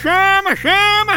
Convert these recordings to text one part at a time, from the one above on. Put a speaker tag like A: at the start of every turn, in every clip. A: chama, chama!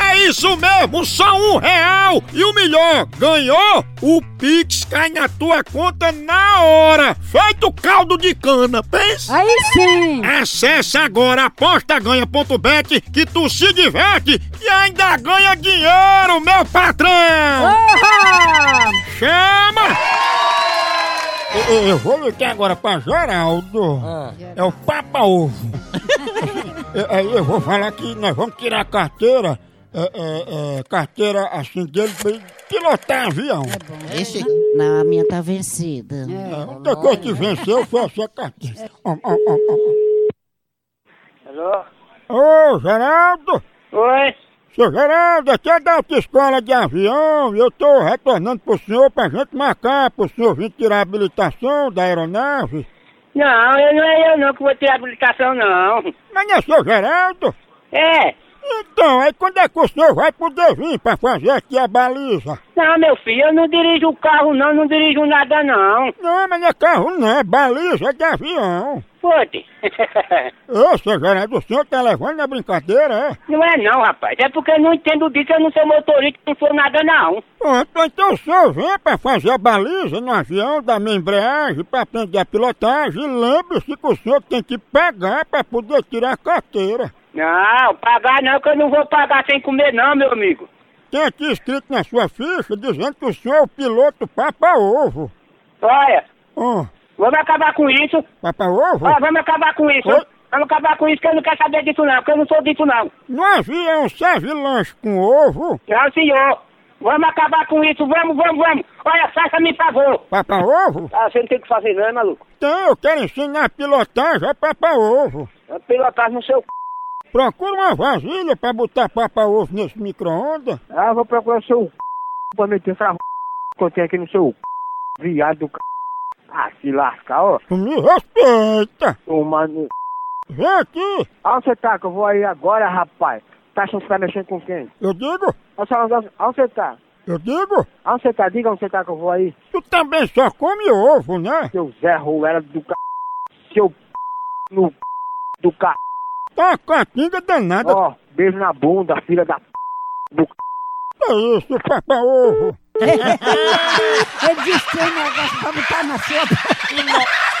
A: É isso mesmo, só um real! E o melhor, ganhou? O Pix cai na tua conta na hora! Feito caldo de cana, pensa!
B: Aí sim!
A: Acesse agora apostaganha.bet que tu se diverte e ainda ganha dinheiro, meu patrão!
B: Oba!
A: Chama! Eu, eu vou ligar agora pra Geraldo. É o Papa Ovo. Eu- Aí eu vou falar que nós vamos tirar a carteira, é, é, é, carteira assim dele pra ele pilotar avião.
C: Esse
D: Não, a minha tá vencida.
A: né? É, A única coisa que venceu foi a sua carteira. Ó, ó, ó, ó.
E: Alô?
A: Ô, Geraldo!
E: Oi?
A: Seu Geraldo, aqui é da autoescola de avião e eu estou retornando pro senhor pra gente marcar, pro senhor vir tirar a habilitação da aeronave.
E: Não, eu não é eu não que vou ter habilitação, não.
A: Mas não é seu Geraldo?
E: É.
A: Então, aí quando é que o senhor vai poder vir pra fazer aqui a baliza?
E: Não, meu filho, eu não dirijo o carro, não, não dirijo nada, não.
A: Não, mas não é carro não, é baliza de avião.
E: Foda.
A: Ô, seu Geraldo, o senhor tá levando na brincadeira, é?
E: Não é não, rapaz. É porque eu não entendo disso, eu não sou motorista, não sou nada, não.
A: Pronto, então o senhor vem pra fazer a baliza no avião da minha embreagem pra aprender a pilotagem e lembre-se que o senhor tem que pagar pra poder tirar a carteira.
E: Não, pagar não, que eu não vou pagar sem comer, não, meu amigo.
A: Tem aqui escrito na sua ficha dizendo que o senhor é o piloto Papa Ovo.
E: Olha,
A: Hum,
E: vamos acabar com isso.
A: Papa Ovo?
E: Ó, vamos acabar com isso.
A: Oi?
E: Vamos acabar com isso, que eu não quero saber disso, não, que eu não sou disso, não.
A: No avião serve lanche um com ovo?
E: Não, senhor. Vamos acabar com isso, vamos, vamos, vamos. Olha, faça-me favor.
A: Papa Ovo?
E: Ah, você não tem o que fazer não, é maluco?
A: Tem, eu quero ensinar a pilotagem a Papa Ovo.
E: É Pilotar no seu c...
A: Procura uma vasilha pra botar Papa Ovo nesse micro-ondas.
E: Ah, vou procurar o seu c... pra meter essa r... que eu tenho aqui no seu c... Viado do c... Ah, se lascar, ó.
A: Tu me respeita.
E: Tomando...
A: Vem aqui.
E: Aonde você tá? Que eu vou aí agora, rapaz. Tá achando que você tá mexendo com quem?
A: Eu digo,
E: Aonde você- aonde você tá?
A: eu digo.
E: Aonde você tá? Diga onde você tá que eu vou aí.
A: Tu também só come ovo, né?
E: Seu Zé Ruela do c... Seu c... No c... do c...
A: Tá uma catinga danada.
E: Ó, beijo na bunda, filha da p... Do c...
A: Que é isso, Papa Ovo?
B: Eu disse que tem negócio pra botar na sopa.